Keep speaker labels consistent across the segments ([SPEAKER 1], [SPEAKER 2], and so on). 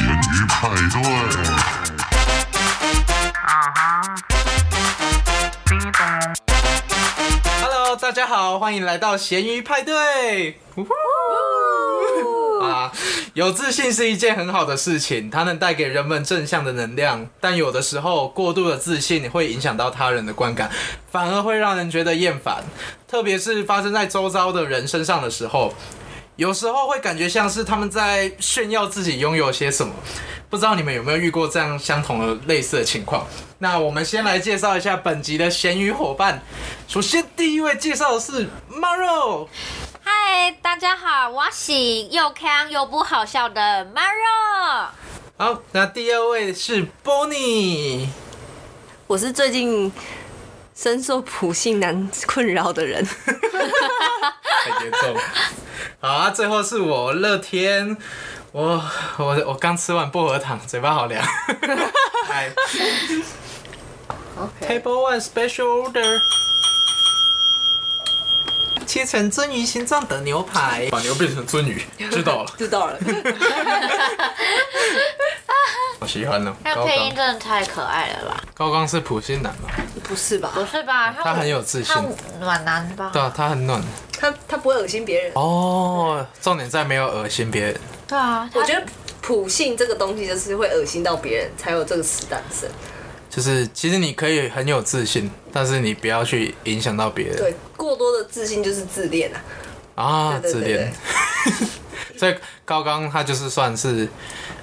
[SPEAKER 1] 简鱼派对。
[SPEAKER 2] Hello，大家好，欢迎来到咸鱼派对。呜呼啊，有自信是一件很好的事情，它能带给人们正向的能量。但有的时候，过度的自信会影响到他人的观感，反而会让人觉得厌烦。特别是发生在周遭的人身上的时候，有时候会感觉像是他们在炫耀自己拥有些什么。不知道你们有没有遇过这样相同的类似的情况？那我们先来介绍一下本集的咸鱼伙伴。首先，第一位介绍的是 Maro，
[SPEAKER 3] 嗨，大家好，我是又康又不好笑的 Maro。
[SPEAKER 2] 好，那第二位是 Bonnie。
[SPEAKER 4] 我是最近深受普信男困扰的人。
[SPEAKER 2] 太严重。 好啊，最后是我乐天，我我我刚吃完薄荷糖，嘴巴好 凉。嗨 Table One Special Order，切成鳟鱼心脏的牛排，把牛变成鳟鱼，知道 了，
[SPEAKER 4] 知道了，
[SPEAKER 2] 我喜欢呢。
[SPEAKER 3] 那
[SPEAKER 2] 高
[SPEAKER 3] 配音
[SPEAKER 2] 刚，
[SPEAKER 3] 真的太可爱了吧？
[SPEAKER 2] 高刚是普信男嘛？
[SPEAKER 4] 不是吧？
[SPEAKER 3] 不是吧？
[SPEAKER 2] 嗯他很有自信
[SPEAKER 3] 他暖男吧？
[SPEAKER 2] 对啊，他很暖
[SPEAKER 4] 他他不会恶心别人。
[SPEAKER 2] 哦。重点在没有恶心别人。
[SPEAKER 3] 对啊，
[SPEAKER 4] 我觉得普信这个东西就是会恶心到别人，才有这个词诞生。
[SPEAKER 2] 就是其实你可以很有自信，但是你不要去影响到别人。
[SPEAKER 4] 对，过多的自信就是自恋啊。
[SPEAKER 2] 啊，
[SPEAKER 4] 对
[SPEAKER 2] 自
[SPEAKER 4] 对对
[SPEAKER 2] 恋。 所以高刚他就是算是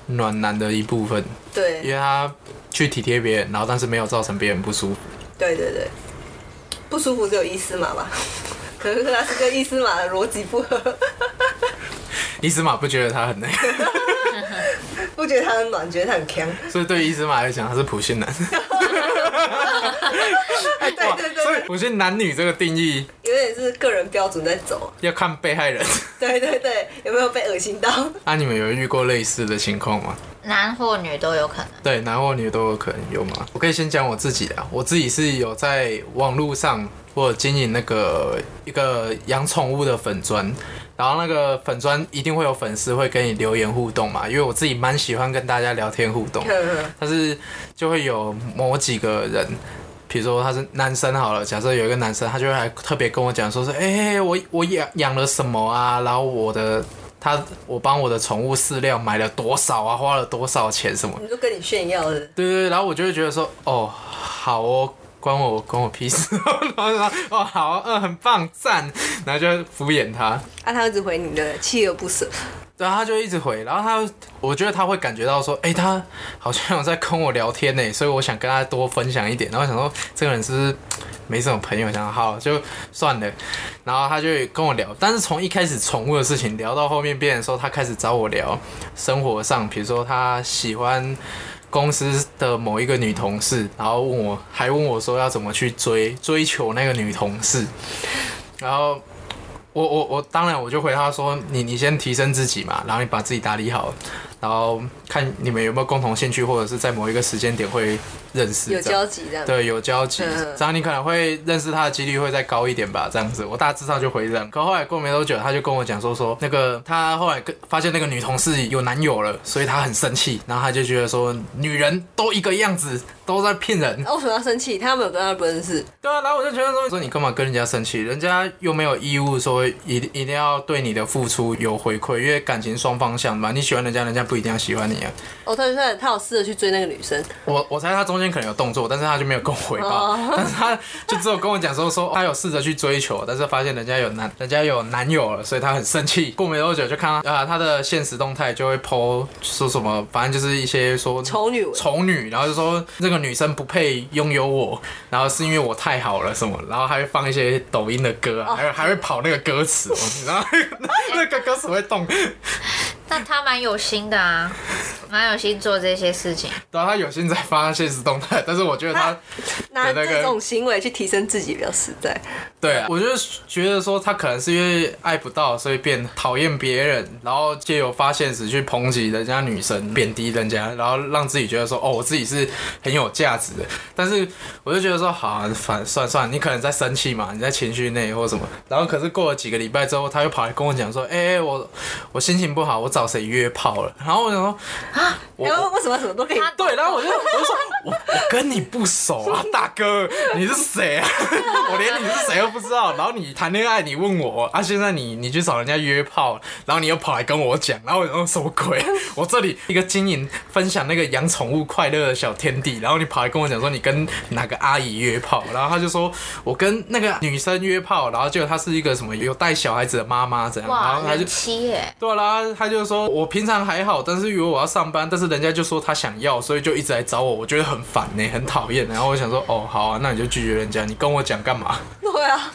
[SPEAKER 2] 暖男的一部分，因
[SPEAKER 4] 对
[SPEAKER 2] 为他去体贴别人，然后但是没有造成别人不舒服。
[SPEAKER 4] 对对对，不舒服只有伊斯玛吧？ 可是他是跟伊斯玛的逻辑不合，
[SPEAKER 2] 伊斯玛不觉得他很那个，
[SPEAKER 4] 不觉得他很暖，觉得他很强。
[SPEAKER 2] 所以对伊斯玛来讲他是 普信男。
[SPEAKER 4] 对对对
[SPEAKER 2] 所
[SPEAKER 4] 对
[SPEAKER 2] 以，我觉得男女这个定义
[SPEAKER 4] 有点是个人标准在走。
[SPEAKER 2] 要看被害人。
[SPEAKER 4] 对对对，有没有被恶心到？
[SPEAKER 2] 啊，你们有遇过类似的情况吗？
[SPEAKER 3] 男或女都有可能。
[SPEAKER 2] 对，男或女都有可能有吗？我可以先讲我自己的，我自己是有在网络上我有经营那个一个养宠物的粉砖，然后那个粉砖一定会有粉丝会跟你留言互动嘛，因为我自己蛮喜欢跟大家聊天互 动，
[SPEAKER 4] 嗯
[SPEAKER 2] 但是就会有某几个人。比如说他是男生好了，假设有一个男生，他就会来特别跟我讲说是，哎、我我养养了什么啊，然后我的他我帮我的宠物饲料买了多少啊，花了多少钱什么，
[SPEAKER 4] 你就跟你炫耀的。
[SPEAKER 2] 对对对，然后我就会觉得说，哦，好哦，关我关我屁事， 然后就说，哦，好哦，嗯，很棒，赞，然后就敷衍他，
[SPEAKER 4] 啊，他一直回你的锲而不舍，
[SPEAKER 2] 对，他就一直回，然后他，我觉得他会感觉到说，哎、他好像有在跟我聊天呢，所以我想跟他多分享一点，然后想说这个人是不是没什么朋友，想好就算了，然后他就跟我聊，但是从一开始宠物的事情聊到后面，变成说他开始找我聊生活上，比如说他喜欢公司的某一个女同事，然后问我，还问我说要怎么去追追求那个女同事，然后我我我当然我就回他说，你你先提升自己嘛，然后你把自己打理好，然后看你们有没有共同兴趣，或者是在某一个时间点会认识，
[SPEAKER 4] 有
[SPEAKER 2] 这样
[SPEAKER 4] 交集这样。
[SPEAKER 2] 对，有交集
[SPEAKER 4] 嗯，
[SPEAKER 2] 这样你可能会认识他的几率会再高一点吧，这样子。我大致上就回这样。可后来过没多久，他就跟我讲说说那个他后来跟发现那个女同事有男友了，所以他很生气，然后他就觉得说女人都一个样子，都在骗人。
[SPEAKER 4] 啊，为什么要生气？他们有跟他不认识，
[SPEAKER 2] 对啊，然后我就觉得说说你干嘛跟人家生气？人家又没有义务说一定一定要对你的付出有回馈，因为感情双方向嘛，你喜欢人家，人家不一定要喜欢你啊。
[SPEAKER 4] 哦，他他他有试着去追那个女生，
[SPEAKER 2] 我我猜他中间可能有动作，但是他就没有跟我回
[SPEAKER 4] 哦
[SPEAKER 2] 报， 但是他就只有跟我讲说说他有试着去追求，但是发现人家有男人家有男友了，所以他很生气。过没多久就看到啊、他的现实动态就会 PO 说什么，反正就是一些说
[SPEAKER 4] 丑女文
[SPEAKER 2] 丑女，然后就说这个女生不配拥有我，然后是因为我太好了什么，然后还会放一些抖音的歌
[SPEAKER 4] 哦
[SPEAKER 2] 啊，还有还会跑那个歌词， 然后那个歌词会动。
[SPEAKER 3] 但他蛮有心的 啊，蛮有心做这些事情。
[SPEAKER 2] 哎然后他有心在发现实动态，但是我觉得他
[SPEAKER 4] 那那
[SPEAKER 2] 那个
[SPEAKER 4] 这种行为去提升自己比较实在。
[SPEAKER 2] 对啊，我就觉得说他可能是因为爱不到，所以变讨厌别人，然后借由发现时去抨击人家女生，贬低人家，然后让自己觉得说哦，我自己是很有价值的。但是我就觉得说，好、啊，反算了算了，你可能在生气嘛，你在情绪内或什么。然后可是过了几个礼拜之后，他又跑来跟我讲说，哎、我我心情不好，我找谁约炮了。然 后我想说啊，我
[SPEAKER 4] 然哎后为什么什么都可以？
[SPEAKER 3] 他
[SPEAKER 2] 对，然后我就我就说，我我跟你不熟啊，大哥，你是谁啊？我连你是谁都不知道。然后你谈恋爱，你问我啊，现在你你去找人家约炮，然后你又跑来跟我讲，然后我想说什么鬼？ 我这里一个经营分享那个养宠物快乐的小天地，然后你跑来跟我讲说你跟哪个阿姨约炮，然后他就说我跟那个女生约炮，然后结果她是一个什么有带小孩子的妈妈怎样，然
[SPEAKER 3] 哇
[SPEAKER 2] 后，他就
[SPEAKER 3] 人妻耶，
[SPEAKER 2] 对啦，他就说我平常还好，但是因为我要上班，但是人家就说他想要，所以就一直来找我，我觉得很烦呢、很讨厌。然后我想说，哦，好啊，那你就拒绝人家，你跟我讲干嘛？
[SPEAKER 4] 对啊，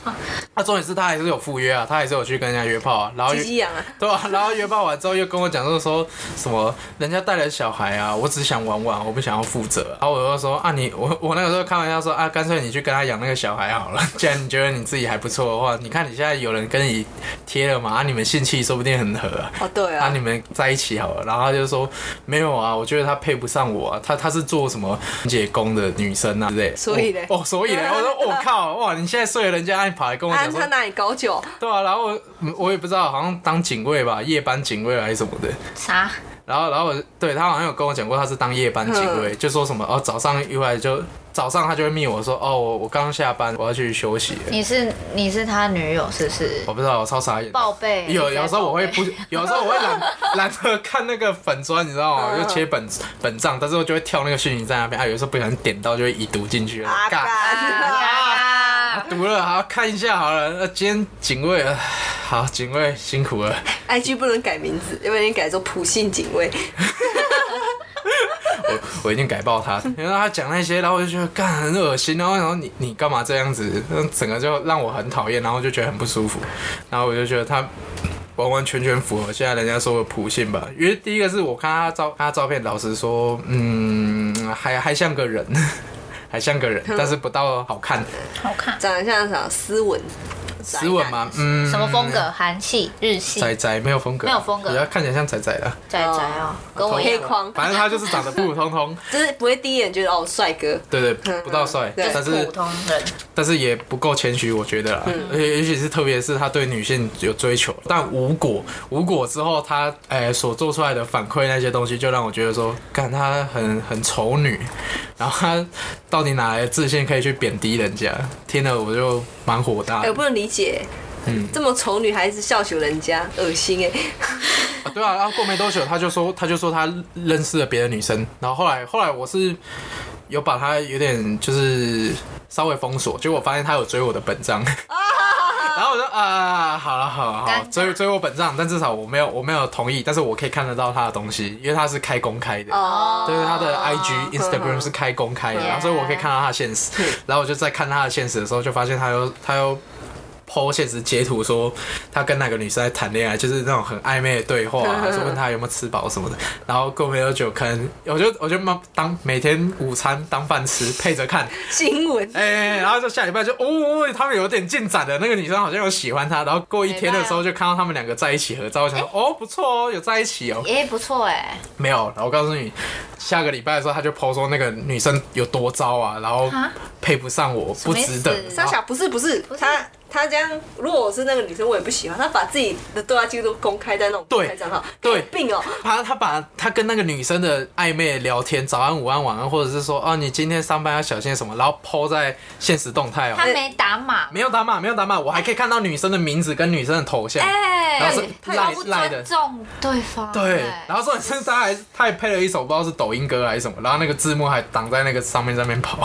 [SPEAKER 2] 那、重点是他还是有赴约啊，他还是有去跟人家约炮啊，然后
[SPEAKER 4] 鸡鸡痒啊，
[SPEAKER 2] 对啊，然后约炮完之后又跟我讲，就是说什么人家带了小孩啊，我只想玩玩，我不想要负责。然后我就说啊你，我我那个时候开玩笑说啊，干脆你去跟他养那个小孩好了。 既然你觉得你自己还不错的话，你看你现在有人跟你贴了嘛，啊，你们性气说不定很合啊。
[SPEAKER 4] 哦对
[SPEAKER 2] 啊，
[SPEAKER 4] 啊
[SPEAKER 2] 你，们在一起好了。然后他就说没有啊，我觉得他配不上我啊，他他是做什么解工的女生啊之类。
[SPEAKER 4] 所以嘞
[SPEAKER 2] 哦，所 以嘞，我说我、靠，哇，你现在睡了人家，啊你跑来跟我
[SPEAKER 4] 啊
[SPEAKER 2] 讲说
[SPEAKER 4] 他，哪里搞酒？
[SPEAKER 2] 对啊，然后我我也不知道，好像当警卫吧，夜班警卫还是什么的。
[SPEAKER 3] 啥？
[SPEAKER 2] 然后，然后我对他好像有跟我讲过，他是当夜班警
[SPEAKER 4] 嗯
[SPEAKER 2] 卫，就说什么哦，早上一回来就早上他就会密我说哦，我我刚下班，我要去休息了。
[SPEAKER 3] 你是你是他女友是不是？
[SPEAKER 2] 我不知道，我超傻眼的。
[SPEAKER 3] 报
[SPEAKER 4] 哎
[SPEAKER 3] 备
[SPEAKER 2] 哦有
[SPEAKER 3] 你在
[SPEAKER 2] 有时候我会
[SPEAKER 3] 报
[SPEAKER 2] 不
[SPEAKER 3] 备，
[SPEAKER 2] 有时候我会 懒懒得看那个粉砖，你知道吗？
[SPEAKER 4] 嗯
[SPEAKER 2] 就切本本账，但是我就会跳那个讯息在那边，啊，有时候不小心点到就会已读进去了，
[SPEAKER 4] 啊
[SPEAKER 2] 尬
[SPEAKER 4] 干，
[SPEAKER 3] 啊
[SPEAKER 2] 读了，好看一下好了。那今天警卫，呃好，警卫辛苦了。
[SPEAKER 4] IG 不能改名字，要不然你改做普信警卫。
[SPEAKER 2] 我我一定改爆他，因为他讲那些，然后我就觉得干很恶心，然后然后你你干嘛这样子，整个就让我很讨厌，然后就觉得很不舒服，然后我就觉得他完完全全符合现在人家说的普信吧，因为第一个是我看他照看他照片，老实说，嗯，还还像个人。还像个人，
[SPEAKER 3] 嗯
[SPEAKER 2] 但是不到好看，
[SPEAKER 3] 好看。
[SPEAKER 4] 长得像啥？斯文，
[SPEAKER 2] 斯文吗？嗯，
[SPEAKER 3] 什么风格？韩系、日系、
[SPEAKER 2] 仔仔没有风格，
[SPEAKER 3] 没有风格
[SPEAKER 2] 比较看起来像仔仔的，
[SPEAKER 3] 仔仔哦，跟我一
[SPEAKER 4] 黑
[SPEAKER 3] 样。
[SPEAKER 4] 框，
[SPEAKER 2] 反正他就是长得普普通通，
[SPEAKER 4] 就是不会第一眼觉得哦帅哥，
[SPEAKER 2] 对
[SPEAKER 3] 嗯
[SPEAKER 2] 对，不到帅，
[SPEAKER 4] 对
[SPEAKER 2] 但是
[SPEAKER 3] 普通人，
[SPEAKER 2] 但是也不够谦虚，我觉得啦，
[SPEAKER 4] 嗯
[SPEAKER 2] 而且尤其是特别是他对女性有追求，但无果无果之后他，诶所做出来的反馈那些东西，就让我觉得说，看他很很丑女，然后他到底哪来的自信可以去贬低人家？听了我就蛮火大
[SPEAKER 4] 哎、
[SPEAKER 2] 的、
[SPEAKER 4] 我不能理解。
[SPEAKER 2] 嗯
[SPEAKER 4] 这么丑女孩子笑求人家，恶心哎、
[SPEAKER 2] 啊 对啊，然后过没多久他就说他就说他认识了别的女生，然后后来后来我是有把他有点就是稍微封锁，结果我发现他有追我的本账。然后我就啊，好了好了好
[SPEAKER 3] 尴
[SPEAKER 2] 了
[SPEAKER 3] 尬，
[SPEAKER 2] 追追我本账，但至少我没有我没有同意，但是我可以看得到他的东西，因为他是开公开的，
[SPEAKER 4] 哦，
[SPEAKER 2] 就是他的 IG、Instagram 是开公开的，然后所以我可以看到他的现实。然后我就在看他的现实的时候，就发现他又他又 PO 现实截图说他跟哪个女生在谈恋爱，就是那种很暧昧的对话、啊，说问他有没有吃饱什么的。然后过没多久，可能我就我就当当每天午餐当饭吃，配着看。
[SPEAKER 4] 新闻，
[SPEAKER 2] 哎、然后就下礼拜就哦，他们有点进展的，那个女生好像有喜欢他，然后过一天的时候就看到他们两个在一起合照，我想说、哦不错哦，有在一起哦，
[SPEAKER 3] 哎，不错哎，
[SPEAKER 2] 没有，然后我告诉你，下个礼拜的时候他就 PO 说那个女生有多糟啊，然后
[SPEAKER 3] 啊
[SPEAKER 2] 配不上我，不
[SPEAKER 3] 么意
[SPEAKER 2] 值
[SPEAKER 3] 思
[SPEAKER 2] 得，
[SPEAKER 4] 莎小不是不是，她她这样，如果我是那个女生，我也不喜欢。她把自己的对话记录都公开在那种
[SPEAKER 2] 对
[SPEAKER 4] 公开账号，
[SPEAKER 2] 对
[SPEAKER 4] 有病哦、
[SPEAKER 2] 他他把他跟那个女生的暧昧聊天，早安、午安、晚安，或者是说哦你今天上班要小心什么，然后 PO 在现实动态哦
[SPEAKER 3] 他，没打码，
[SPEAKER 2] 没有打码，没有打码，我还可以看到女生的名字跟女生的头像。
[SPEAKER 3] 哎，
[SPEAKER 2] 然后是
[SPEAKER 3] 他不
[SPEAKER 2] 赖赖的
[SPEAKER 3] 尊重对方，
[SPEAKER 2] 对，
[SPEAKER 3] 哎
[SPEAKER 2] 然后重点是他还他还配了一首不知道是抖音歌还是什么，然后那个字幕还挡在那个上面在那边跑，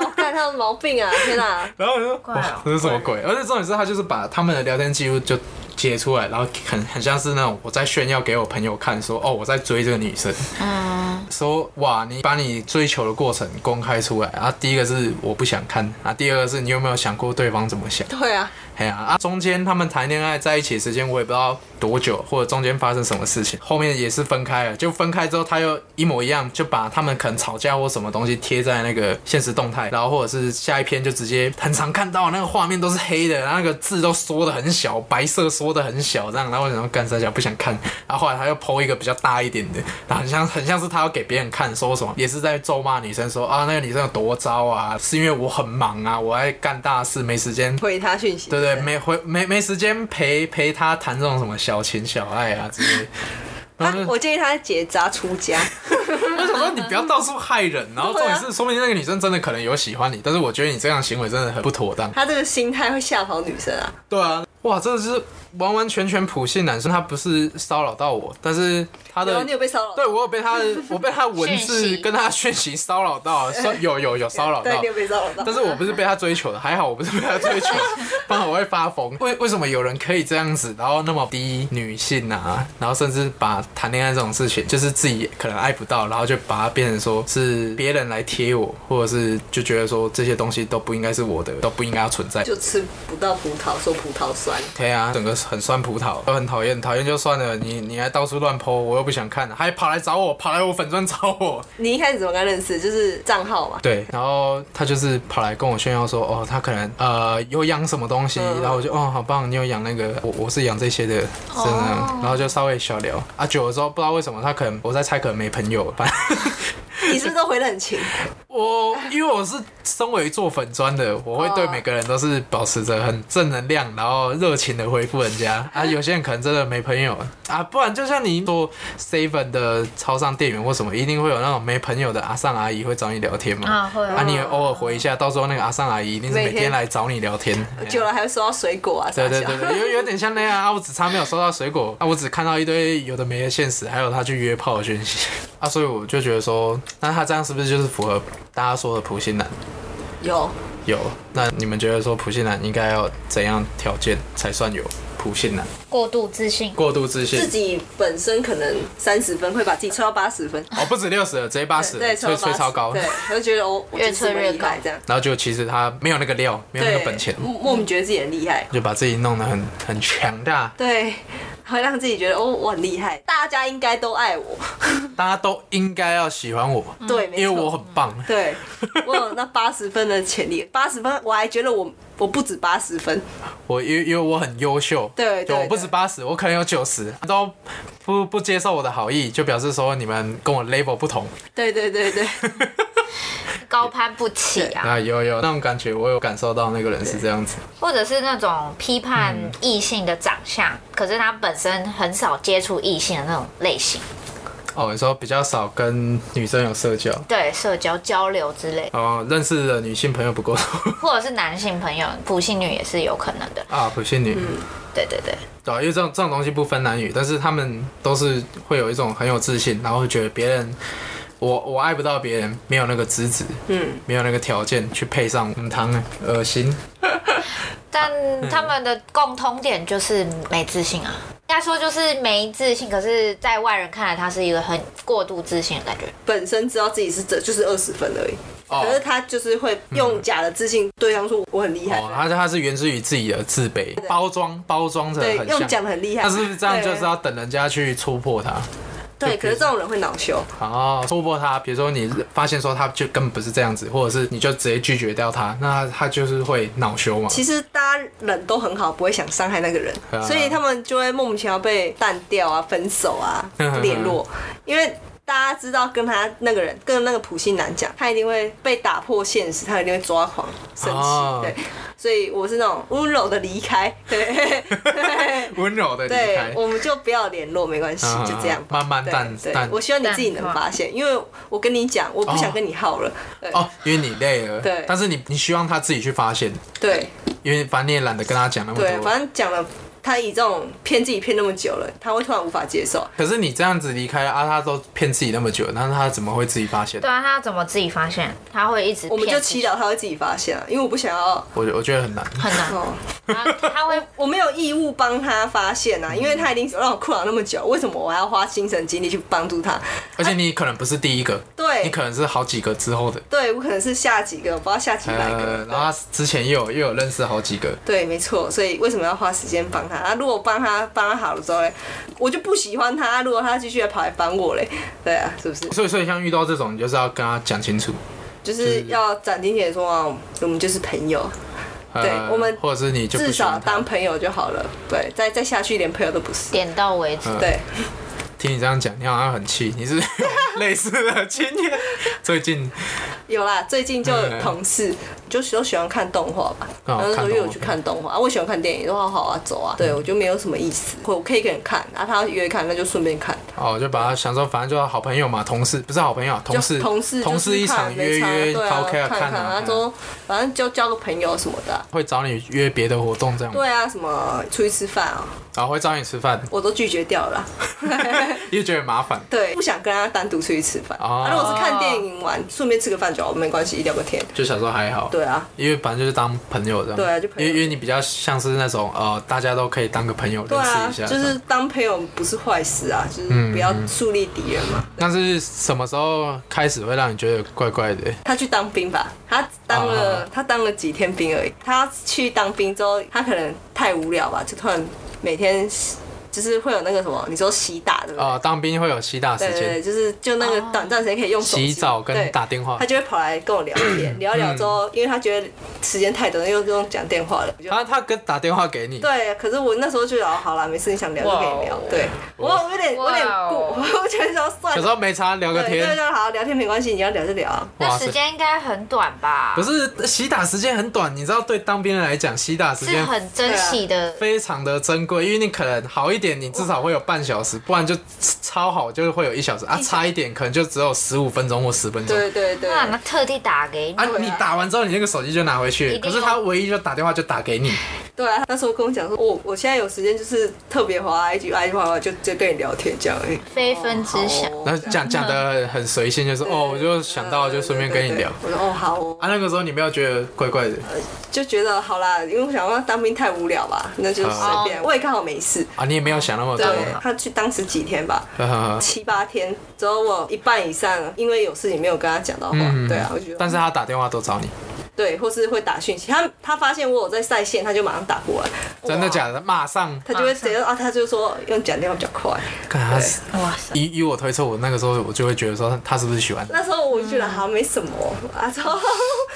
[SPEAKER 4] 哦，看她有毛病 啊！天哪、
[SPEAKER 2] 然后我就说
[SPEAKER 3] 怪哦
[SPEAKER 2] 哇这是什么鬼？而且重点是他就是把他们的聊天记录就截出来，然后很很像是那种我在炫耀给我朋友看说哦我在追这个女生，
[SPEAKER 3] 嗯，
[SPEAKER 2] 说哇你把你追求的过程公开出来啊，第一个是我不想看啊，第二个是你有没有想过对方怎么想？
[SPEAKER 4] 对啊，
[SPEAKER 2] 哎呀啊，中间他们谈恋爱在一起的时间我也不知道多久，或者中间发生什么事情，后面也是分开了。就分开之后，他又一模一样，就把他们可能吵架或什么东西贴在那个现实动态，然后或者是下一篇就直接很常看到那个画面都是黑的，然后那个字都缩的很小，白色缩的很小这样。然后我想说干三小不想看，然后后来他又 PO 一个比较大一点的，然后很像很像是他要给别人看，说什么也是在咒骂女生说啊那个女生有多糟啊，是因为我很忙啊，我在干大事没时间
[SPEAKER 4] 回他讯息。
[SPEAKER 2] 对对，没回没没时间陪陪他谈这种什么小情小爱啊 之类的。然
[SPEAKER 4] 他
[SPEAKER 2] 后就
[SPEAKER 4] 我建议他结扎出家，
[SPEAKER 2] 我想说你不要到处害人，然后
[SPEAKER 4] 啊
[SPEAKER 2] 重点是，说明那个女生真的可能有喜欢你，但是我觉得你这样行为真的很不妥当。
[SPEAKER 4] 他这个心态会吓跑女生啊。
[SPEAKER 2] 对啊，哇，真的是完完全全普信男生，他不是骚扰到我，但是他
[SPEAKER 4] 然
[SPEAKER 2] 的
[SPEAKER 4] 后你有被骚扰？
[SPEAKER 2] 对我有被他的我被他的文
[SPEAKER 3] 讯
[SPEAKER 2] 字
[SPEAKER 3] 息
[SPEAKER 2] 跟他的讯息骚扰 到，骚有有有骚扰
[SPEAKER 4] 对，
[SPEAKER 2] 到
[SPEAKER 4] 你。有被骚扰
[SPEAKER 2] 但
[SPEAKER 4] 到。
[SPEAKER 2] 是我不是被他追求的，还好我不是被他追求，不然我会发疯。为为什么有人可以这样子，然后那么低女性啊，然后甚至把谈恋爱这种事情，就是自己可能爱不到，然后就把它变成说是别人来贴我，或者是就觉得说这些东西都不应该是我的，都不应该要存在。
[SPEAKER 4] 就吃不到葡萄，说葡萄酸。
[SPEAKER 2] 对啊，整个很酸葡萄，都很讨厌，讨厌就算了，你你还到处乱泼，我又不想看，还跑来找我，跑来我粉专找我，
[SPEAKER 4] 你一开始怎么跟他认识？就是账号嘛。
[SPEAKER 2] 对，然后他就是跑来跟我炫耀说，哦，他可能呃有养什么东西，
[SPEAKER 4] 嗯
[SPEAKER 2] 然后我就哦好棒，你有养那个，我我是养这些的，真的，然后就稍微小聊啊，久了之后不知道为什么他可能我在猜可能没朋友，反正
[SPEAKER 4] 你是不是都回得很
[SPEAKER 2] 哎
[SPEAKER 4] 勤？
[SPEAKER 2] 我因为我是身为做粉砖的，我会对每个人都是保持着很正能量，然后热情的回复人家
[SPEAKER 3] 哎
[SPEAKER 2] 啊，有些人可能真的没朋友啊，不然就像你做 seven 的超商店员或什么，一定会有那种没朋友的阿上阿姨会找你聊天嘛，
[SPEAKER 3] 啊会啊
[SPEAKER 2] 啊，你也偶尔回一下，到时候那个阿上阿姨一定是每天来找你聊天。
[SPEAKER 4] 久了还会收到水果啊，
[SPEAKER 2] 对
[SPEAKER 4] 啥
[SPEAKER 2] 对
[SPEAKER 4] 小
[SPEAKER 2] 对对，有有点像那样啊，我只差没有收到水果啊，我只看到一堆有的没的现实，还有他去约炮的讯息啊，所以我就觉得说，那他这样是不是就是符合大家说的普信男？
[SPEAKER 4] 有
[SPEAKER 2] 有，那你们觉得说普信男应该要怎样条件才算有普信男？
[SPEAKER 3] 过度自信，
[SPEAKER 2] 过度自信
[SPEAKER 4] 自己本身可能三十分，会把自己吹到八十分，
[SPEAKER 2] 哦，不止六十了，直接八十，
[SPEAKER 4] 对，
[SPEAKER 2] 吹
[SPEAKER 4] 到
[SPEAKER 2] 吹超
[SPEAKER 4] 80
[SPEAKER 2] 高，
[SPEAKER 4] 对，我就觉得我我
[SPEAKER 3] 越
[SPEAKER 4] 就是
[SPEAKER 3] 吹越
[SPEAKER 4] 这么厉害
[SPEAKER 3] 高
[SPEAKER 4] 这样，
[SPEAKER 2] 然后就其实他没有那个料，没有那个本钱，
[SPEAKER 4] 莫莫名觉得自己很厉害，
[SPEAKER 2] 就把自己弄得很很强大，
[SPEAKER 4] 对，会让自己觉得哦我很厉害，大家应该都爱我，
[SPEAKER 3] 嗯
[SPEAKER 2] 大家都应该要喜欢我，
[SPEAKER 4] 嗯对，没
[SPEAKER 2] 因为
[SPEAKER 4] 错
[SPEAKER 2] 我很棒。
[SPEAKER 4] 对，我有那八十分的潜力，八十分我还觉得我我不止八十分，
[SPEAKER 2] 我因为因为我很优秀，
[SPEAKER 4] 对
[SPEAKER 2] 就
[SPEAKER 4] 对
[SPEAKER 2] 我不止
[SPEAKER 4] 对
[SPEAKER 2] 八十，我可能有九十，都不不接受我的好意，就表示说你们跟我 level 不同
[SPEAKER 4] 对对对 对，
[SPEAKER 3] 高攀不起啊，
[SPEAKER 2] 啊，有有那种感觉，我有感受到那个人是这样子，
[SPEAKER 3] 或者是那种批判
[SPEAKER 2] 嗯
[SPEAKER 3] 异性的长相，可是他本身很少接触异性的那种类型，
[SPEAKER 2] 哦，你说比较少跟女生有社交，
[SPEAKER 3] 对社交交流之类，
[SPEAKER 2] 哦，认识的女性朋友不够多
[SPEAKER 3] 或者是男性朋友普信女也是有可能的，
[SPEAKER 2] 啊，不信女，
[SPEAKER 4] 嗯
[SPEAKER 3] 对对对，
[SPEAKER 2] 对啊、因为这种这种东西不分男女，但是他们都是会有一种很有自信，然后会觉得别人。我我爱不到别人，没有那个资质，
[SPEAKER 4] 嗯，
[SPEAKER 2] 没有那个条件去配上母汤，恶心。
[SPEAKER 3] 但
[SPEAKER 2] 嗯
[SPEAKER 3] 他们的共通点就是没自信啊。应该说就是没自信，可是在外人看来，他是一个很过度自信的感觉。
[SPEAKER 4] 本身知道自己是这就是二十分而已。
[SPEAKER 2] 哦嗯
[SPEAKER 4] 可是他就是会用假的自信对方说我很厉害，
[SPEAKER 2] 哦，他他是源自于自己的自卑，包装包装着
[SPEAKER 4] 对，
[SPEAKER 2] 很
[SPEAKER 4] 用讲
[SPEAKER 2] 像。
[SPEAKER 4] 的很厉害。
[SPEAKER 2] 他是不是这样？
[SPEAKER 4] 对
[SPEAKER 2] 就是要等人家去戳破他，
[SPEAKER 4] 对，可是这种人会恼羞，
[SPEAKER 2] 然后戳破他。比如说你发现说他就根本不是这样子，或者是你就直接拒绝掉他，那他就是会恼羞嘛。
[SPEAKER 4] 其实大家人都很好，不会想伤害那个人
[SPEAKER 2] 啊，
[SPEAKER 4] 所以他们就会莫名其妙被淡掉啊、分手 啊
[SPEAKER 2] 嗯嗯嗯、
[SPEAKER 4] 联络，因为。大家知道跟他那个人，跟那个普信男讲，他一定会被打破现实，他一定会抓狂、生气，
[SPEAKER 2] 哦
[SPEAKER 4] 对。所以我是那种温柔的离开， 对对
[SPEAKER 2] 温柔的离
[SPEAKER 4] 对
[SPEAKER 2] 开，。
[SPEAKER 4] 我们就不要联络，没关系，
[SPEAKER 2] 嗯嗯嗯
[SPEAKER 4] 就这样吧，
[SPEAKER 2] 慢慢
[SPEAKER 4] 对
[SPEAKER 2] 淡
[SPEAKER 4] 对
[SPEAKER 2] 淡
[SPEAKER 4] 我希望你自己能
[SPEAKER 3] 淡化
[SPEAKER 4] 发现，因为我跟你讲，我不
[SPEAKER 2] 哦
[SPEAKER 4] 想跟你耗了，对
[SPEAKER 2] 哦，因为你累了，
[SPEAKER 4] 对
[SPEAKER 2] 但是你你希望他自己去发现，
[SPEAKER 4] 对。
[SPEAKER 2] 因为反正你也懒得跟他讲那么
[SPEAKER 4] 对，
[SPEAKER 2] 多。
[SPEAKER 4] 反正讲了。他以这种骗自己骗那么久了，他会突然无法接受。
[SPEAKER 2] 可是你这样子离开了啊，他都骗自己那么久，那他怎么会自己发现？
[SPEAKER 3] 对啊，他要怎么自己发现？他会一直
[SPEAKER 4] 我们就
[SPEAKER 3] 骗自己
[SPEAKER 4] 祈祷他会自己发现啊，因为我不想要。
[SPEAKER 2] 我我觉得很难。
[SPEAKER 3] 很难，
[SPEAKER 4] 哦，
[SPEAKER 3] 他他会
[SPEAKER 4] 我没有义务帮他发现
[SPEAKER 2] 嗯
[SPEAKER 4] 啊，因为他已经让我困扰那么久，为什么我还要花精神精力去帮助他？
[SPEAKER 2] 而且你可能不是第一个，你
[SPEAKER 4] 对，
[SPEAKER 2] 可能是好几个之后的，
[SPEAKER 4] 对我可能是下几个，我不知道下几百个。
[SPEAKER 2] 呃，然后他之前又有又有认识好几个，
[SPEAKER 4] 对，没错，所以为什么要花时间帮他？啊，如果帮他帮他好了之后嘞，我就不喜欢他。如果他继续来跑来帮我嘞，对啊，是不是？
[SPEAKER 2] 所以所以像遇到这种，你就是要跟他讲清楚。
[SPEAKER 4] 就是要斩钉截铁说啊，我们就是朋友，
[SPEAKER 2] 呃、
[SPEAKER 4] 对我们
[SPEAKER 2] 或者是你就不
[SPEAKER 4] 至
[SPEAKER 2] 喜
[SPEAKER 4] 少
[SPEAKER 2] 欢他
[SPEAKER 4] 当。朋友就好了。对，再再下去连朋友都不是。
[SPEAKER 3] 点到为止。
[SPEAKER 2] 嗯
[SPEAKER 4] 对，
[SPEAKER 2] 听你这样讲，你好像很气，你是 类似的经 验。最近
[SPEAKER 4] 有啦，最近就有同事就都喜欢看动画吧，然
[SPEAKER 2] 嗯
[SPEAKER 4] 后
[SPEAKER 2] 看
[SPEAKER 4] 说
[SPEAKER 2] 动
[SPEAKER 4] 约
[SPEAKER 2] 画嗯
[SPEAKER 4] 我去看动画，啊，我喜欢看电影，说好好啊，走啊，对我就没有什么意思，我可以给人看，然后他约一看，那就顺便看，
[SPEAKER 2] 哦，就把他想说，反正就是好朋友嘛，同事不是好朋友啊，同事
[SPEAKER 4] 就同事
[SPEAKER 2] 同
[SPEAKER 4] 就
[SPEAKER 2] 事
[SPEAKER 4] 是
[SPEAKER 2] 一场
[SPEAKER 4] 看
[SPEAKER 2] 约
[SPEAKER 4] 没差
[SPEAKER 2] 约
[SPEAKER 4] 对
[SPEAKER 2] 高
[SPEAKER 4] 啊，
[SPEAKER 2] K 啊
[SPEAKER 4] 看
[SPEAKER 2] 看啊，
[SPEAKER 4] 啊，
[SPEAKER 2] 嗯
[SPEAKER 4] 都反正就交个朋友什么的啊、
[SPEAKER 2] 会找你约别的活动这样，
[SPEAKER 4] 对啊，什么出去吃饭啊、
[SPEAKER 2] 然后会找你吃饭，
[SPEAKER 4] 我都拒绝掉了啦。
[SPEAKER 2] 又觉得麻烦。
[SPEAKER 4] 对，不想跟他单独出去吃饭。
[SPEAKER 2] 哦
[SPEAKER 4] 啊，如果是看电影玩，顺便吃个饭就好，没关系，聊个天。
[SPEAKER 2] 就小时候还好，
[SPEAKER 4] 对啊，
[SPEAKER 2] 因为反正就是当朋友这样。
[SPEAKER 4] 对啊就朋友
[SPEAKER 2] 因为因为你比较像是那种呃，大家都可以当个朋友
[SPEAKER 4] 对
[SPEAKER 2] 认识
[SPEAKER 4] 啊，
[SPEAKER 2] 一下。
[SPEAKER 4] 就
[SPEAKER 2] 这
[SPEAKER 4] 是
[SPEAKER 2] 样嗯
[SPEAKER 4] 当朋友不是坏事啊，就是不要树立敌人嘛。
[SPEAKER 2] 那是什么时候开始会让你觉得怪怪的？
[SPEAKER 4] 他去当兵吧，他当
[SPEAKER 2] 啊啊
[SPEAKER 4] 了
[SPEAKER 2] 啊
[SPEAKER 4] 他当了几天兵而已。他去当兵之后，他可能太无聊吧，就突然每天就是会有那个什么，你说洗打对不对？
[SPEAKER 2] 呃，当兵会有吸大时
[SPEAKER 4] 对对对，
[SPEAKER 2] 间，哦
[SPEAKER 4] 就是就那个短暂时间可以用手机
[SPEAKER 2] 洗澡跟
[SPEAKER 4] 对
[SPEAKER 2] 打电话嗯
[SPEAKER 4] 他。就会跑来跟我聊 天，聊一聊之后，因为他觉得时间太短，又不用讲电话了，我就
[SPEAKER 2] 他他跟打电话给你，
[SPEAKER 4] 对，可是我那时候就聊哦好了，没事你想聊就可以聊
[SPEAKER 3] 哇哦。
[SPEAKER 4] 对我我有点我有点
[SPEAKER 3] 哇
[SPEAKER 4] 过，
[SPEAKER 3] 哦
[SPEAKER 4] 我觉得说算
[SPEAKER 2] 有时
[SPEAKER 4] 了，
[SPEAKER 2] 候没差聊个
[SPEAKER 4] 对对
[SPEAKER 2] 天。哦
[SPEAKER 4] 对，好聊天没关系，你要聊就聊啊。
[SPEAKER 3] 那
[SPEAKER 2] 哇塞
[SPEAKER 3] 时间应该很短吧？
[SPEAKER 2] 不是洗打时间很短，你知道对当兵人来讲，洗打时
[SPEAKER 3] 是
[SPEAKER 2] 间
[SPEAKER 3] 很珍
[SPEAKER 4] 啊
[SPEAKER 3] 惜的。
[SPEAKER 2] 非常的珍贵，因为你可能好一点，你至少会有半小时，不然就超好就是会有一小时啊，差一点可能就只有十五分钟或十分钟。
[SPEAKER 4] 对对对，
[SPEAKER 3] 那那特地打给你
[SPEAKER 2] 啊，，你打完之后，你那个手机就拿回去，
[SPEAKER 3] 一定
[SPEAKER 2] 可
[SPEAKER 3] 要
[SPEAKER 2] 是他唯一就打电话就打给你，
[SPEAKER 4] 对啊，那时候跟我讲说，我我现在有时间就是特别滑 IG IG 滑滑就就跟你聊天这样而已。
[SPEAKER 3] 非分之想。
[SPEAKER 4] 哦
[SPEAKER 2] 然后讲讲的很随性，就说哦，我就想到就顺便跟你聊。。
[SPEAKER 4] 对对对对我说哦好哦，
[SPEAKER 2] 啊，那个时候你没有觉得怪怪的
[SPEAKER 4] 就觉得好啦，因为我想要当兵太无聊吧，那就随便。
[SPEAKER 3] 哦
[SPEAKER 4] 我也刚好没事，
[SPEAKER 2] 啊？你也没有想那么多
[SPEAKER 4] 对，啊他去当时几天吧，
[SPEAKER 2] 呵呵呵，
[SPEAKER 4] 七八天，之后我一半以上，因为有事情没有跟他讲到话，
[SPEAKER 2] 嗯
[SPEAKER 4] 对啊，我觉得，嗯
[SPEAKER 2] 但是他打电话都找你，
[SPEAKER 4] 对，或是会打讯息，他他发现我有在在线，他就马上打过来，
[SPEAKER 2] 真的
[SPEAKER 4] 哇？
[SPEAKER 2] 假的？马上，
[SPEAKER 4] 他就会直接啊，他就说用讲电话比较快。
[SPEAKER 2] 看他
[SPEAKER 4] 对
[SPEAKER 2] 是
[SPEAKER 3] 哇塞！
[SPEAKER 2] 以以我推测，我那个时候我就会觉得说他是不是喜欢你，
[SPEAKER 4] 那时候我就觉得好像没什么啊，之后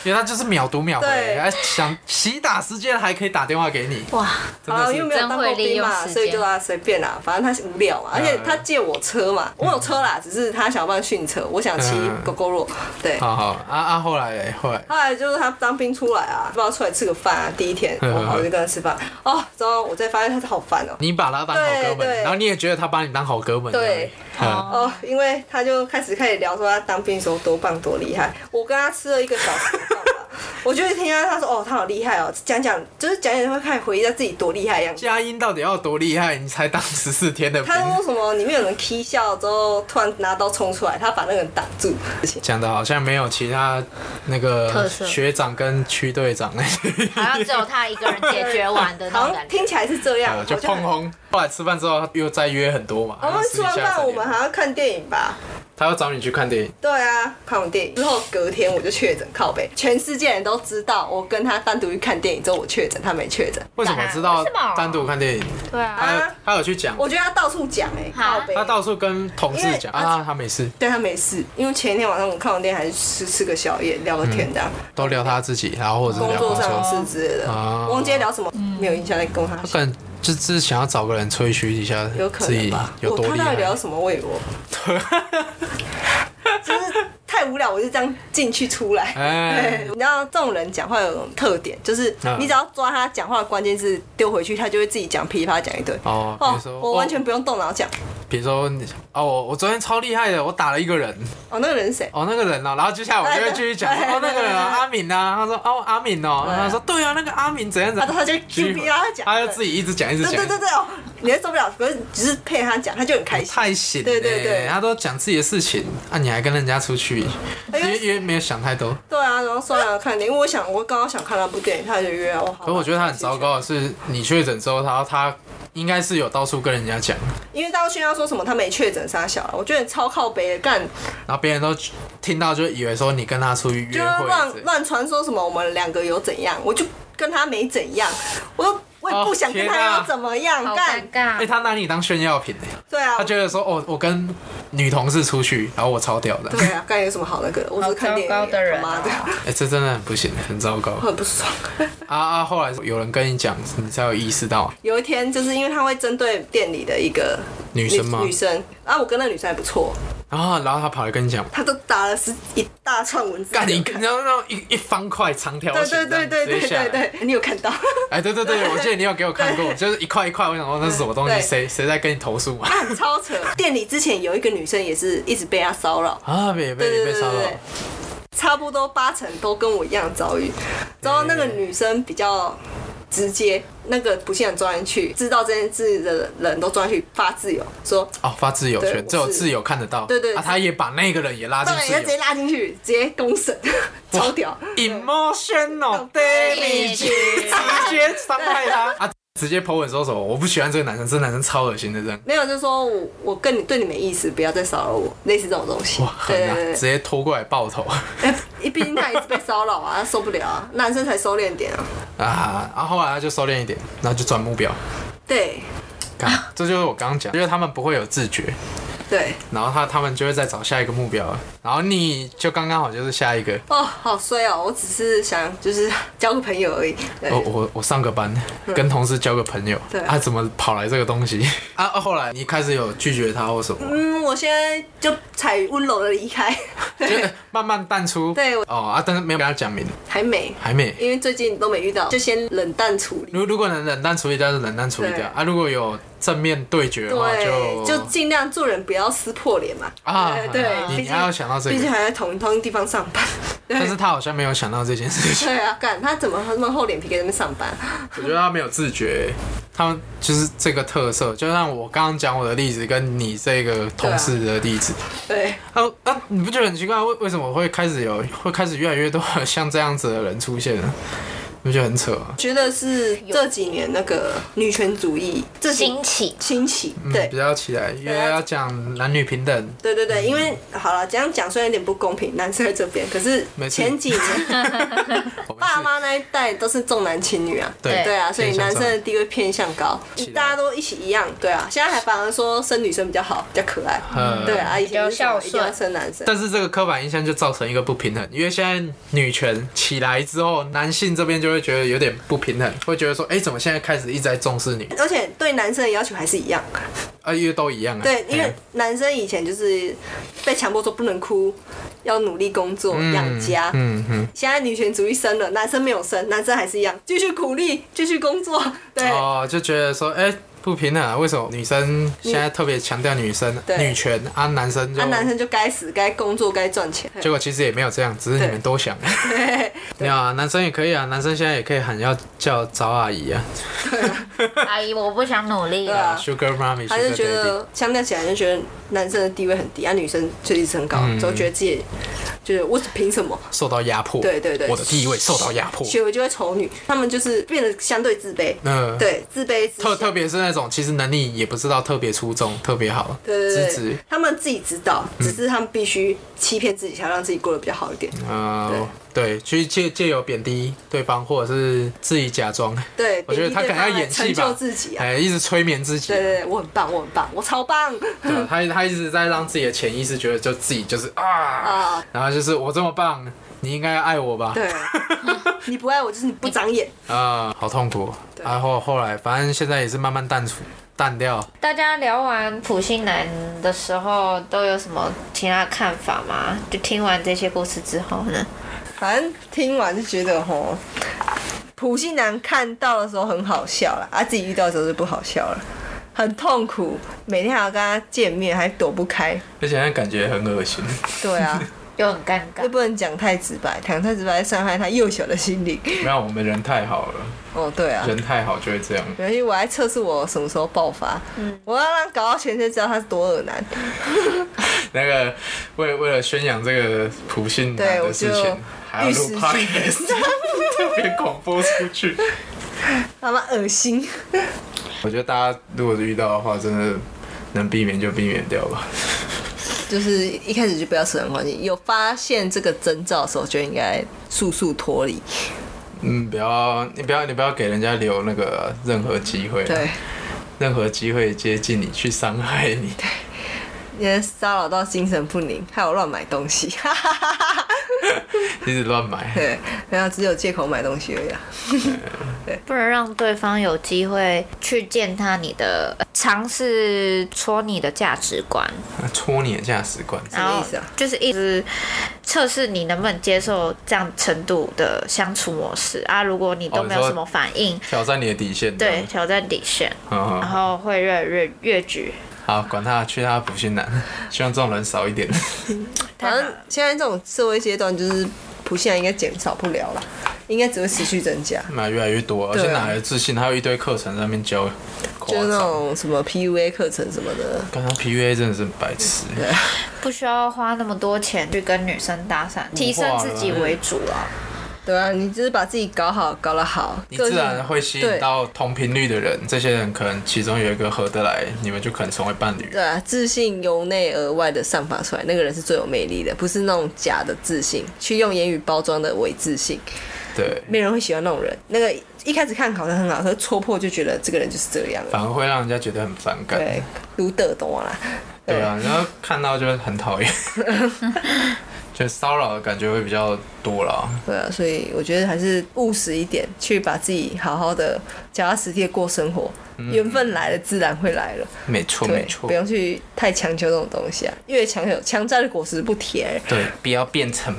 [SPEAKER 2] 因为他就是秒读秒回，
[SPEAKER 4] 对
[SPEAKER 2] 还想洗打时间还可以打电话给你，
[SPEAKER 3] 哇，
[SPEAKER 2] 真
[SPEAKER 4] 好了，
[SPEAKER 2] 的
[SPEAKER 4] 因为
[SPEAKER 2] 是
[SPEAKER 4] 啊没有当过兵嘛，所以就啊随便啦，反正他是无聊啊嘛，
[SPEAKER 2] 嗯
[SPEAKER 4] 而且他借我车嘛，我有车啦，只是他想办训车，我想骑
[SPEAKER 2] 嗯
[SPEAKER 4] 狗狗肉，对。
[SPEAKER 2] 好好啊啊！后来嘞，后来
[SPEAKER 4] 后来就是他当兵出来啊，不知道出来吃个饭啊，第一天，
[SPEAKER 2] 嗯
[SPEAKER 4] 我好我就跟他吃饭，哦，之后我才发现他好烦哦，
[SPEAKER 2] 你把他当好哥
[SPEAKER 4] 对
[SPEAKER 2] 们，
[SPEAKER 4] 对
[SPEAKER 2] 然后你也觉得他把你当好哥们，
[SPEAKER 4] 对
[SPEAKER 2] 这样，嗯
[SPEAKER 4] 哦，因为他就开始开始聊说他当兵的时候多棒多厉害，我跟他吃了一个小时的饭吧，我就听他他说哦他好厉害哦，讲讲就是讲讲会开始回忆他自己多厉害的样子。
[SPEAKER 2] 佳音到底要多厉害，你才当十四天的兵
[SPEAKER 4] 他？说什么里面有人 k 笑之后突然拿刀冲出来，他把那个人挡住。
[SPEAKER 2] 讲的好像没有其他那个
[SPEAKER 3] 特色
[SPEAKER 2] 学长跟区队长那些，
[SPEAKER 3] 好像只有他一个人解决完的那
[SPEAKER 4] 好
[SPEAKER 3] 种
[SPEAKER 4] 像
[SPEAKER 3] 感觉。
[SPEAKER 4] 听起来是这样，
[SPEAKER 2] 呃 就
[SPEAKER 4] 我
[SPEAKER 2] 碰
[SPEAKER 4] 很
[SPEAKER 2] 轰。后来吃饭之后又再约很多嘛，
[SPEAKER 4] 我们
[SPEAKER 2] 然后私
[SPEAKER 4] 吃
[SPEAKER 2] 底
[SPEAKER 4] 完
[SPEAKER 2] 下再
[SPEAKER 4] 饭
[SPEAKER 2] 聊
[SPEAKER 4] 我们还要看电影吧？
[SPEAKER 2] 他要找你去看电影，
[SPEAKER 4] 对啊，看完电影之后隔天我就确诊，靠背，全世界人都知道我跟他单独去看电影之后我确诊，他没确诊。
[SPEAKER 2] 为什么知道
[SPEAKER 3] 啊为什么
[SPEAKER 2] 单独看电影？
[SPEAKER 3] 对啊，
[SPEAKER 2] 他有
[SPEAKER 4] 啊
[SPEAKER 2] 他有去讲，
[SPEAKER 4] 我觉得他到处讲哎、欸，
[SPEAKER 3] 哈
[SPEAKER 4] 靠背。
[SPEAKER 2] 他到处跟同事讲
[SPEAKER 4] 因为
[SPEAKER 2] 啊，他没事，
[SPEAKER 4] 对他没事，因为前一天晚上我看完电影还是吃吃个宵夜，聊个天这样，
[SPEAKER 2] 都聊他自己，然后或者是
[SPEAKER 4] 工
[SPEAKER 2] 聊
[SPEAKER 4] 作
[SPEAKER 2] 工
[SPEAKER 4] 上的啊
[SPEAKER 2] 作，
[SPEAKER 4] 事之类的。
[SPEAKER 2] 哦
[SPEAKER 4] 我忘记聊什么，没有印象在跟他
[SPEAKER 2] 他。可能就只是想要找个人吹嘘一下
[SPEAKER 4] 有可
[SPEAKER 2] 自
[SPEAKER 4] 能
[SPEAKER 2] 己
[SPEAKER 4] 吧。
[SPEAKER 2] 有
[SPEAKER 4] 我
[SPEAKER 2] 多
[SPEAKER 4] 他
[SPEAKER 2] 厉
[SPEAKER 4] 到底
[SPEAKER 2] 害。
[SPEAKER 4] 聊什么我也忘 了。就是太无聊，我就这样进去出来。
[SPEAKER 2] 哎
[SPEAKER 4] 对，你知道这种人讲话有种特点，就是
[SPEAKER 2] 嗯
[SPEAKER 4] 你只要抓他讲话的关键字丢回去，他就会自己讲噼里啪啦讲一堆。
[SPEAKER 2] 哦，比如
[SPEAKER 4] 哦
[SPEAKER 2] 说，
[SPEAKER 4] 我完全不用动脑讲，
[SPEAKER 2] 比如说你哦，我我昨天超厉害的，我打了一个人，
[SPEAKER 4] 哦，那个人是谁？
[SPEAKER 2] 哦那个人哦，然后接下来我就会继续 讲
[SPEAKER 4] 对对
[SPEAKER 2] 哦那个人啊
[SPEAKER 4] 对对
[SPEAKER 2] 阿敏啊，他说哦阿敏哦，
[SPEAKER 4] 对
[SPEAKER 2] 然后他说对啊那个阿敏怎样怎
[SPEAKER 4] 啊，
[SPEAKER 2] 样，
[SPEAKER 4] 他就
[SPEAKER 2] 继续
[SPEAKER 4] Q 逼他讲，
[SPEAKER 2] 他就自己一直讲一直
[SPEAKER 4] 对
[SPEAKER 2] 讲，
[SPEAKER 4] 对对对哦，你会受不了，可是只是配合他讲，他就很开心。
[SPEAKER 2] 太醒、欸，
[SPEAKER 4] 对对对
[SPEAKER 2] 他都讲自己的事情，啊，你还跟人家出去，
[SPEAKER 4] 哎
[SPEAKER 2] 因
[SPEAKER 4] 呦
[SPEAKER 2] 为因为没有想太多。
[SPEAKER 4] 对啊，然后算了，看你，因为我想我刚刚想看那部电影，他就约我。
[SPEAKER 2] 可我觉得他很糟，糕的是，你确诊之后，然后他应该是有到处跟人家讲，
[SPEAKER 4] 因为大家炫耀说什么他没确诊杀小，我觉得超靠北的干，
[SPEAKER 2] 然后别人都听到就以为说你跟他出去
[SPEAKER 4] 就
[SPEAKER 2] 约会之
[SPEAKER 4] 乱
[SPEAKER 2] 类的，
[SPEAKER 4] 乱传说什么我们两个有怎样，我就跟他没怎样，我又我也不想
[SPEAKER 2] 哦
[SPEAKER 4] 跟
[SPEAKER 2] 啊
[SPEAKER 4] 他又怎么样
[SPEAKER 3] 好
[SPEAKER 4] 干
[SPEAKER 3] 尴，尬。
[SPEAKER 2] 哎、他拿你当炫耀品呢、
[SPEAKER 4] 对啊
[SPEAKER 2] 他，觉得说哦，我跟女同事出去，然后我超屌的，
[SPEAKER 4] 对啊，干有什么好那个的？我只是看电影而
[SPEAKER 3] 好糟糕
[SPEAKER 4] 已，
[SPEAKER 3] 的人啊
[SPEAKER 4] 他妈的，
[SPEAKER 2] 哎、这真的很不行，很糟糕。
[SPEAKER 4] 很不爽。
[SPEAKER 2] 啊啊！后来有人跟你讲，你才有意识到
[SPEAKER 4] 有一天就是因为他会针对店里的一个
[SPEAKER 2] 女生吗
[SPEAKER 4] 女？生，啊，我跟那女生还不错，
[SPEAKER 2] 啊，然后他跑来跟你讲，
[SPEAKER 4] 她都打了是一大串文字。
[SPEAKER 2] 干你，你知道那种一一方块长条
[SPEAKER 4] 对
[SPEAKER 2] 形
[SPEAKER 4] 对
[SPEAKER 2] 这样
[SPEAKER 4] 对对对
[SPEAKER 2] 直接下来
[SPEAKER 4] 对对，你有看 到？
[SPEAKER 2] 哎，对对对，我记得你有给我看过，就是一块一块，我想说那是什么东西？
[SPEAKER 4] 对
[SPEAKER 2] 谁谁在跟你投诉嘛？
[SPEAKER 4] 很超扯。 店里之前有一个女生也是一直被他骚扰，
[SPEAKER 2] 啊，
[SPEAKER 4] 对
[SPEAKER 2] 被被
[SPEAKER 4] 对
[SPEAKER 2] 被
[SPEAKER 4] 对
[SPEAKER 2] 骚
[SPEAKER 4] 对
[SPEAKER 2] 扰
[SPEAKER 4] 对，差不多八成都跟我一样遭遇。然后那个女生比较直接，那个不幸的抓进去，知道这件事的人都抓进去发自由，说
[SPEAKER 2] 哦，发自由
[SPEAKER 4] 对
[SPEAKER 2] 权，
[SPEAKER 4] 我
[SPEAKER 2] 只有
[SPEAKER 4] 是
[SPEAKER 2] 自由看得到，
[SPEAKER 4] 对对
[SPEAKER 2] 啊，
[SPEAKER 4] 对
[SPEAKER 2] 他也把那个人也拉进
[SPEAKER 4] 当然
[SPEAKER 2] 自
[SPEAKER 4] 就直接
[SPEAKER 2] 由
[SPEAKER 4] 拉进去，直接公 审，超屌。
[SPEAKER 2] ，emotional damage，直接伤害他 啊，直接 po 文说什么我不喜欢这个男生，这个男生超恶心的这样，
[SPEAKER 4] 没有，就是说我我跟你对你没意思，不要再骚扰我，类似这种东西。
[SPEAKER 2] 哇，狠
[SPEAKER 4] 对
[SPEAKER 2] 啊，
[SPEAKER 4] 对
[SPEAKER 2] 直
[SPEAKER 4] 对
[SPEAKER 2] 接拖过来爆头
[SPEAKER 4] 对，毕竟他一直被骚扰啊，他受不了啊，男生才收敛点啊。
[SPEAKER 2] 啊，然后后来他就收敛一点，然后就转目标，
[SPEAKER 4] 对
[SPEAKER 2] 看，这就是我刚刚讲，因为他们不会有自觉，
[SPEAKER 4] 对，
[SPEAKER 2] 然后他他们就会再找下一个目标了，然后你就刚刚好就是下一个。
[SPEAKER 4] 哦，好衰哦，我只是想就是 交个朋友而已。对，
[SPEAKER 2] 我哦我我上个班，跟同事交个朋友，
[SPEAKER 4] 对
[SPEAKER 2] 啊，怎么跑来这个东西啊？啊后来你开始有拒绝他或什么，
[SPEAKER 4] 嗯，我现在就采温柔的离开，
[SPEAKER 2] 就
[SPEAKER 4] 对，
[SPEAKER 2] 慢慢淡出。
[SPEAKER 4] 对我
[SPEAKER 2] 哦啊，但是没有跟他讲明，
[SPEAKER 4] 还没，
[SPEAKER 2] 还没。
[SPEAKER 4] 因为最近都没遇到，就先冷淡处理。
[SPEAKER 2] 如如果能冷淡处理掉就冷淡处理
[SPEAKER 4] 对
[SPEAKER 2] 掉啊，如果有正面对决的话
[SPEAKER 4] 对，就
[SPEAKER 2] 就
[SPEAKER 4] 尽量做人不要撕破脸嘛。
[SPEAKER 2] 啊，
[SPEAKER 4] 对
[SPEAKER 2] 啊，你
[SPEAKER 4] 毕
[SPEAKER 2] 你
[SPEAKER 4] 竟
[SPEAKER 2] 还要想到这
[SPEAKER 4] 毕竟
[SPEAKER 2] 个，
[SPEAKER 4] 还在同同一地方上班。
[SPEAKER 2] 但是他好像没有想到这件事情，
[SPEAKER 4] 对啊，干他怎么那么厚脸皮给他们上班？啊
[SPEAKER 2] 我觉得他没有自觉。他们就是这个特色，就像我刚刚讲我的例子，跟你这个同事的例子，
[SPEAKER 4] 对，
[SPEAKER 2] 啊啊！你不觉得很奇怪？为为什么会开始有，会开始越来越多像这样子的人出现呢？你不觉得很扯吗？
[SPEAKER 4] 觉得是这几年那个女权主义这几
[SPEAKER 3] 兴起，
[SPEAKER 4] 兴起，
[SPEAKER 2] 嗯
[SPEAKER 4] 对
[SPEAKER 2] 比。较起来，因为
[SPEAKER 4] 啊
[SPEAKER 2] 要讲男女平等，
[SPEAKER 4] 对对对，因为好了，这样讲虽然有点不公平，男生在这边，可是
[SPEAKER 2] 没事
[SPEAKER 4] 前几年
[SPEAKER 2] 我们
[SPEAKER 4] 爸
[SPEAKER 2] 是
[SPEAKER 4] 妈那一代都是重男轻女啊，
[SPEAKER 2] 对
[SPEAKER 4] 对啊，所以
[SPEAKER 2] 偏向
[SPEAKER 4] 男
[SPEAKER 2] 上
[SPEAKER 4] 生的地位偏向高
[SPEAKER 2] 起来，
[SPEAKER 4] 大家都一起一样，对啊，现在还反而说生女生比较好，比较可爱，
[SPEAKER 2] 呃，
[SPEAKER 4] 对啊，以前
[SPEAKER 3] 比较孝
[SPEAKER 4] 是一定要
[SPEAKER 3] 顺
[SPEAKER 4] 生男生，
[SPEAKER 2] 但是这个刻板印象就造成一个不平衡，因为现在女权起来之后，男性这边就会觉得有点不平衡，会觉得说，哎、怎么现在开始一直在重视女？
[SPEAKER 4] 而且对男生的要求还是一样，
[SPEAKER 2] 啊，因为都一样啊。
[SPEAKER 4] 对，因为
[SPEAKER 2] 哎呀
[SPEAKER 4] 男生以前就是被强迫说不能哭，要努力工作养家，
[SPEAKER 2] 嗯嗯，
[SPEAKER 4] 现在女权主义生了，男生没有生，男生还是一样，继续苦力，继续工作，对，
[SPEAKER 2] 哦，就觉得说，哎、不平衡啊，为什么女生现在特别强调女生
[SPEAKER 4] 对
[SPEAKER 2] 女权啊，男生就
[SPEAKER 4] 那、男生就该死，该工作，该赚钱。
[SPEAKER 2] 结果其实也没有这样，只是你们
[SPEAKER 4] 对
[SPEAKER 2] 多想了。
[SPEAKER 4] 对，
[SPEAKER 2] 没有啊，男生也可以啊，男生现在也可以喊要叫找阿姨啊
[SPEAKER 3] 阿姨，我不想努力
[SPEAKER 4] 对啊
[SPEAKER 3] 了。
[SPEAKER 2] ，Sugar Mommy，
[SPEAKER 4] 他就
[SPEAKER 2] Sugar
[SPEAKER 4] 觉
[SPEAKER 2] Daddy。
[SPEAKER 4] 得相较起来就觉得男生的地位很低，啊，女生就一直很高，
[SPEAKER 2] 嗯
[SPEAKER 4] 就觉得自己就是我凭什么？
[SPEAKER 2] 受到压迫，
[SPEAKER 4] 对对对
[SPEAKER 2] 我的地位受到压迫，
[SPEAKER 4] 学为就会丑女，他们就是变得相对自卑，
[SPEAKER 2] 嗯，，
[SPEAKER 4] 对，自卑之
[SPEAKER 2] 特
[SPEAKER 4] 下
[SPEAKER 2] 特别是那种其实能力也不知道特别出众、特别好，
[SPEAKER 4] 对对
[SPEAKER 2] 资质嗯
[SPEAKER 4] 对，，他们自己知道，只是他们必须欺骗自己，才让自己过得比较好一点。
[SPEAKER 2] 呃，对，去借借由贬低对方，或者是自己 假装，
[SPEAKER 4] 对，
[SPEAKER 2] 我觉得他可能要演戏
[SPEAKER 4] 成就
[SPEAKER 2] 吧
[SPEAKER 4] 自己，啊。
[SPEAKER 2] 哎，一直催眠自己
[SPEAKER 4] 对，对对，我很棒，我很棒，我超棒
[SPEAKER 2] 对啊他他一直在让自己的潜意识觉得就自己就是啊，
[SPEAKER 4] 啊！
[SPEAKER 2] 然后就是我这么棒，你应该要爱我吧，
[SPEAKER 4] 对，你不爱我就是你不长眼。
[SPEAKER 2] 啊，好痛苦。然后后来，反正现在也是慢慢淡出、淡掉。
[SPEAKER 3] 大家聊完普信男的时候，都有什么其他看法吗？就听完这些故事之后呢？
[SPEAKER 4] 反正听完就觉得吼，普信男看到的时候很好笑了，啊，自己遇到的时候就不好笑了。很痛苦，每天还要跟他见面，还躲不开。
[SPEAKER 2] 而且那感觉很恶心。
[SPEAKER 4] 对啊，
[SPEAKER 3] 又很尴
[SPEAKER 4] 又
[SPEAKER 3] 尬。
[SPEAKER 4] 不能讲太直白，讲太直白伤害他幼小的心灵。
[SPEAKER 2] 没有，我们人太好了，
[SPEAKER 4] 哦，对啊，
[SPEAKER 2] 人太好就会这样。
[SPEAKER 4] 没关系，我来测试我什么时候爆发。嗯，我要让搞到全世界知道他是多恶男。
[SPEAKER 2] 那个为为了宣扬这个普信男
[SPEAKER 4] 对
[SPEAKER 2] 的
[SPEAKER 4] 我
[SPEAKER 2] 事
[SPEAKER 4] 就
[SPEAKER 2] 情，还要
[SPEAKER 4] 玉
[SPEAKER 2] 录
[SPEAKER 4] 石
[SPEAKER 2] podcast，特 别广播出 去。
[SPEAKER 4] 他妈恶心！
[SPEAKER 2] 我觉得大家如果遇到的话，真的能避免就避免掉吧。
[SPEAKER 4] 就是一开始就不要扯人关系，有发现这个征兆的时候就应该速速脱离。
[SPEAKER 2] 嗯，不要你不要你不要给人家留那个任何机会，
[SPEAKER 4] 对，
[SPEAKER 2] 任何机会接近你去伤害你。
[SPEAKER 4] 因为骚扰到精神不宁，害我乱买东西。
[SPEAKER 2] 一直乱买，
[SPEAKER 4] 对，然后只有借口买东西而已啊。
[SPEAKER 3] 不能让对方有机会去践踏你的，尝试戳你的价值观，
[SPEAKER 2] 戳你的价值观。
[SPEAKER 3] 然
[SPEAKER 4] 么
[SPEAKER 3] 后
[SPEAKER 4] 意思啊
[SPEAKER 3] 就是一直测试你能不能接受这样程度的相处模式啊。如果你都
[SPEAKER 2] 哦
[SPEAKER 3] 没
[SPEAKER 2] 你
[SPEAKER 3] 有
[SPEAKER 2] 说
[SPEAKER 3] 什么反应，
[SPEAKER 2] 挑战你的底线，这
[SPEAKER 3] 对，
[SPEAKER 2] 样，
[SPEAKER 3] 挑战底线，
[SPEAKER 2] 嗯，嗯
[SPEAKER 3] 然后会越来越越举。
[SPEAKER 2] 好，管他，去他普信男，希望这种人少一点。
[SPEAKER 4] 反正现在这种社会阶段，就是普信男应该减少不了了，应该只会持续增加。
[SPEAKER 2] 买越来越多，而
[SPEAKER 4] 对啊
[SPEAKER 2] 且哪来的自信？还有一堆课程上面教，夸
[SPEAKER 4] 就是那
[SPEAKER 2] 张。
[SPEAKER 4] 种什么 PUA 课程什么的，
[SPEAKER 2] 刚刚 PUA 真的是白痴，
[SPEAKER 3] 不需要花那么多钱去跟女生搭讪，提升自己为主啊。
[SPEAKER 4] 对啊，你就是把自己搞好，搞得好，
[SPEAKER 2] 你
[SPEAKER 4] 个
[SPEAKER 2] 自
[SPEAKER 4] 性
[SPEAKER 2] 然会吸引
[SPEAKER 4] 对
[SPEAKER 2] 到同频率的人。这些人可能其中有一个合得来，你们就可能成为伴侣。
[SPEAKER 4] 对啊，自信由内而外的散发出来，那个人是最有魅力的，不是那种假的自信，去用言语包装的伪自信，
[SPEAKER 2] 对，
[SPEAKER 4] 没人会喜欢那种人。那个一开始看好像很好，可是戳破就觉得这个人就是这样了，
[SPEAKER 2] 反而会让人家觉得很反感。
[SPEAKER 4] 对，如得懂啊啦，
[SPEAKER 2] 对啊，然后看到就很 讨厌，就骚扰的感觉会比较多啦。
[SPEAKER 4] 对啊，所以我觉得还是务实一点，去把自己好好的脚踏实地地过生活，缘分来了自然会来了，
[SPEAKER 2] 没错，
[SPEAKER 4] 对
[SPEAKER 2] 嗯没，错
[SPEAKER 4] 不，用去太强求这种东西啊，越强求强摘的果实不甜，
[SPEAKER 2] 对，不要变成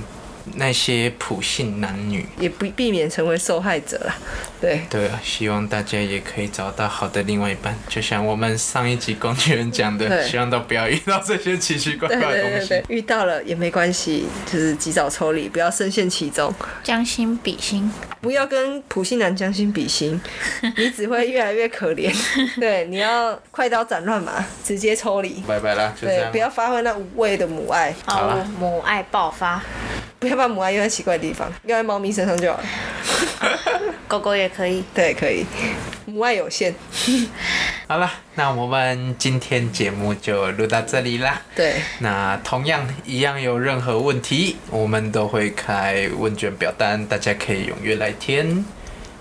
[SPEAKER 2] 那些普信男女。
[SPEAKER 4] 也不避免成为受害者啦，对。
[SPEAKER 2] 对啊，希望大家也可以找到好的另外一半，就像我们上一集工具人讲的，
[SPEAKER 4] 对
[SPEAKER 2] 希望都不要遇到这些奇奇怪怪
[SPEAKER 4] 对
[SPEAKER 2] 的
[SPEAKER 4] 对
[SPEAKER 2] 东
[SPEAKER 4] 对
[SPEAKER 2] 西
[SPEAKER 4] 对。，遇到了也没关系，就是及早抽离，不要深陷其 中，
[SPEAKER 3] 将心比心，
[SPEAKER 4] 不要跟普信男将心比心，你只会越来越可 怜。对，你要快刀斩乱麻，直接抽离。
[SPEAKER 2] 拜拜啦，就这
[SPEAKER 4] 对，
[SPEAKER 2] 样
[SPEAKER 4] 不。要发挥那无谓的母爱，
[SPEAKER 2] 好啦
[SPEAKER 3] 哦，母爱爆发，
[SPEAKER 4] 不要把母爱用在奇怪的地方，用在猫咪身上就好了。
[SPEAKER 3] 狗狗也可以。
[SPEAKER 4] 对，可以，母爱有限。
[SPEAKER 2] 好啦，那我们今天节目就录到这里啦。
[SPEAKER 4] 对，
[SPEAKER 2] 那同样一样有任何问题，我们都会开问卷表单，大家可以踊跃来填。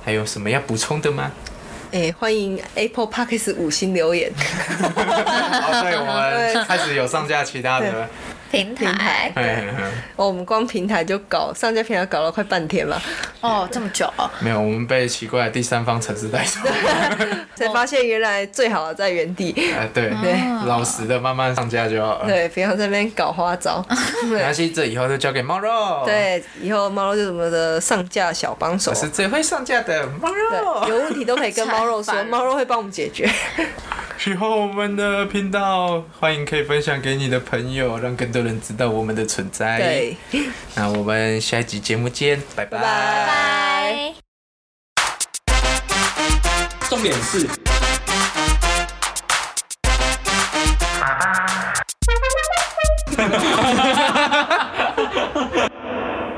[SPEAKER 2] 还有什么要补充的 吗？
[SPEAKER 4] 哎、欢迎 Apple Podcast 五星留言，
[SPEAKER 2] 哦，对，我们开始有上架其他的了。
[SPEAKER 3] 平台
[SPEAKER 2] 哎哎哎
[SPEAKER 4] 哦，我们光平台就搞上架平台搞了快半天 了，
[SPEAKER 3] 哦，这么久哦，
[SPEAKER 2] 没有，我们被奇怪的第三方城市带走。
[SPEAKER 4] 才发现原来最好的在原地。
[SPEAKER 2] 哎，对
[SPEAKER 4] 对
[SPEAKER 2] 老实的慢慢上架就好了。
[SPEAKER 4] 嗯对，不要在那边搞花 招。
[SPEAKER 2] 没关系，这以后就交给猫肉。，
[SPEAKER 4] 对，以后猫肉就是我们的上架小帮手
[SPEAKER 2] 我。是最会上架的猫
[SPEAKER 4] 对，
[SPEAKER 2] 肉。
[SPEAKER 4] 有问题都可以跟猫肉
[SPEAKER 3] 惨
[SPEAKER 4] 说，
[SPEAKER 3] 烦
[SPEAKER 4] 猫肉会帮我们解决。
[SPEAKER 2] 喜欢我们的频道，欢迎可以分享给你的朋友，让更多人知道我们的存在。
[SPEAKER 4] 对，
[SPEAKER 2] 那我们下一集节目见，拜拜。
[SPEAKER 4] 拜拜
[SPEAKER 3] 拜。
[SPEAKER 1] 重点是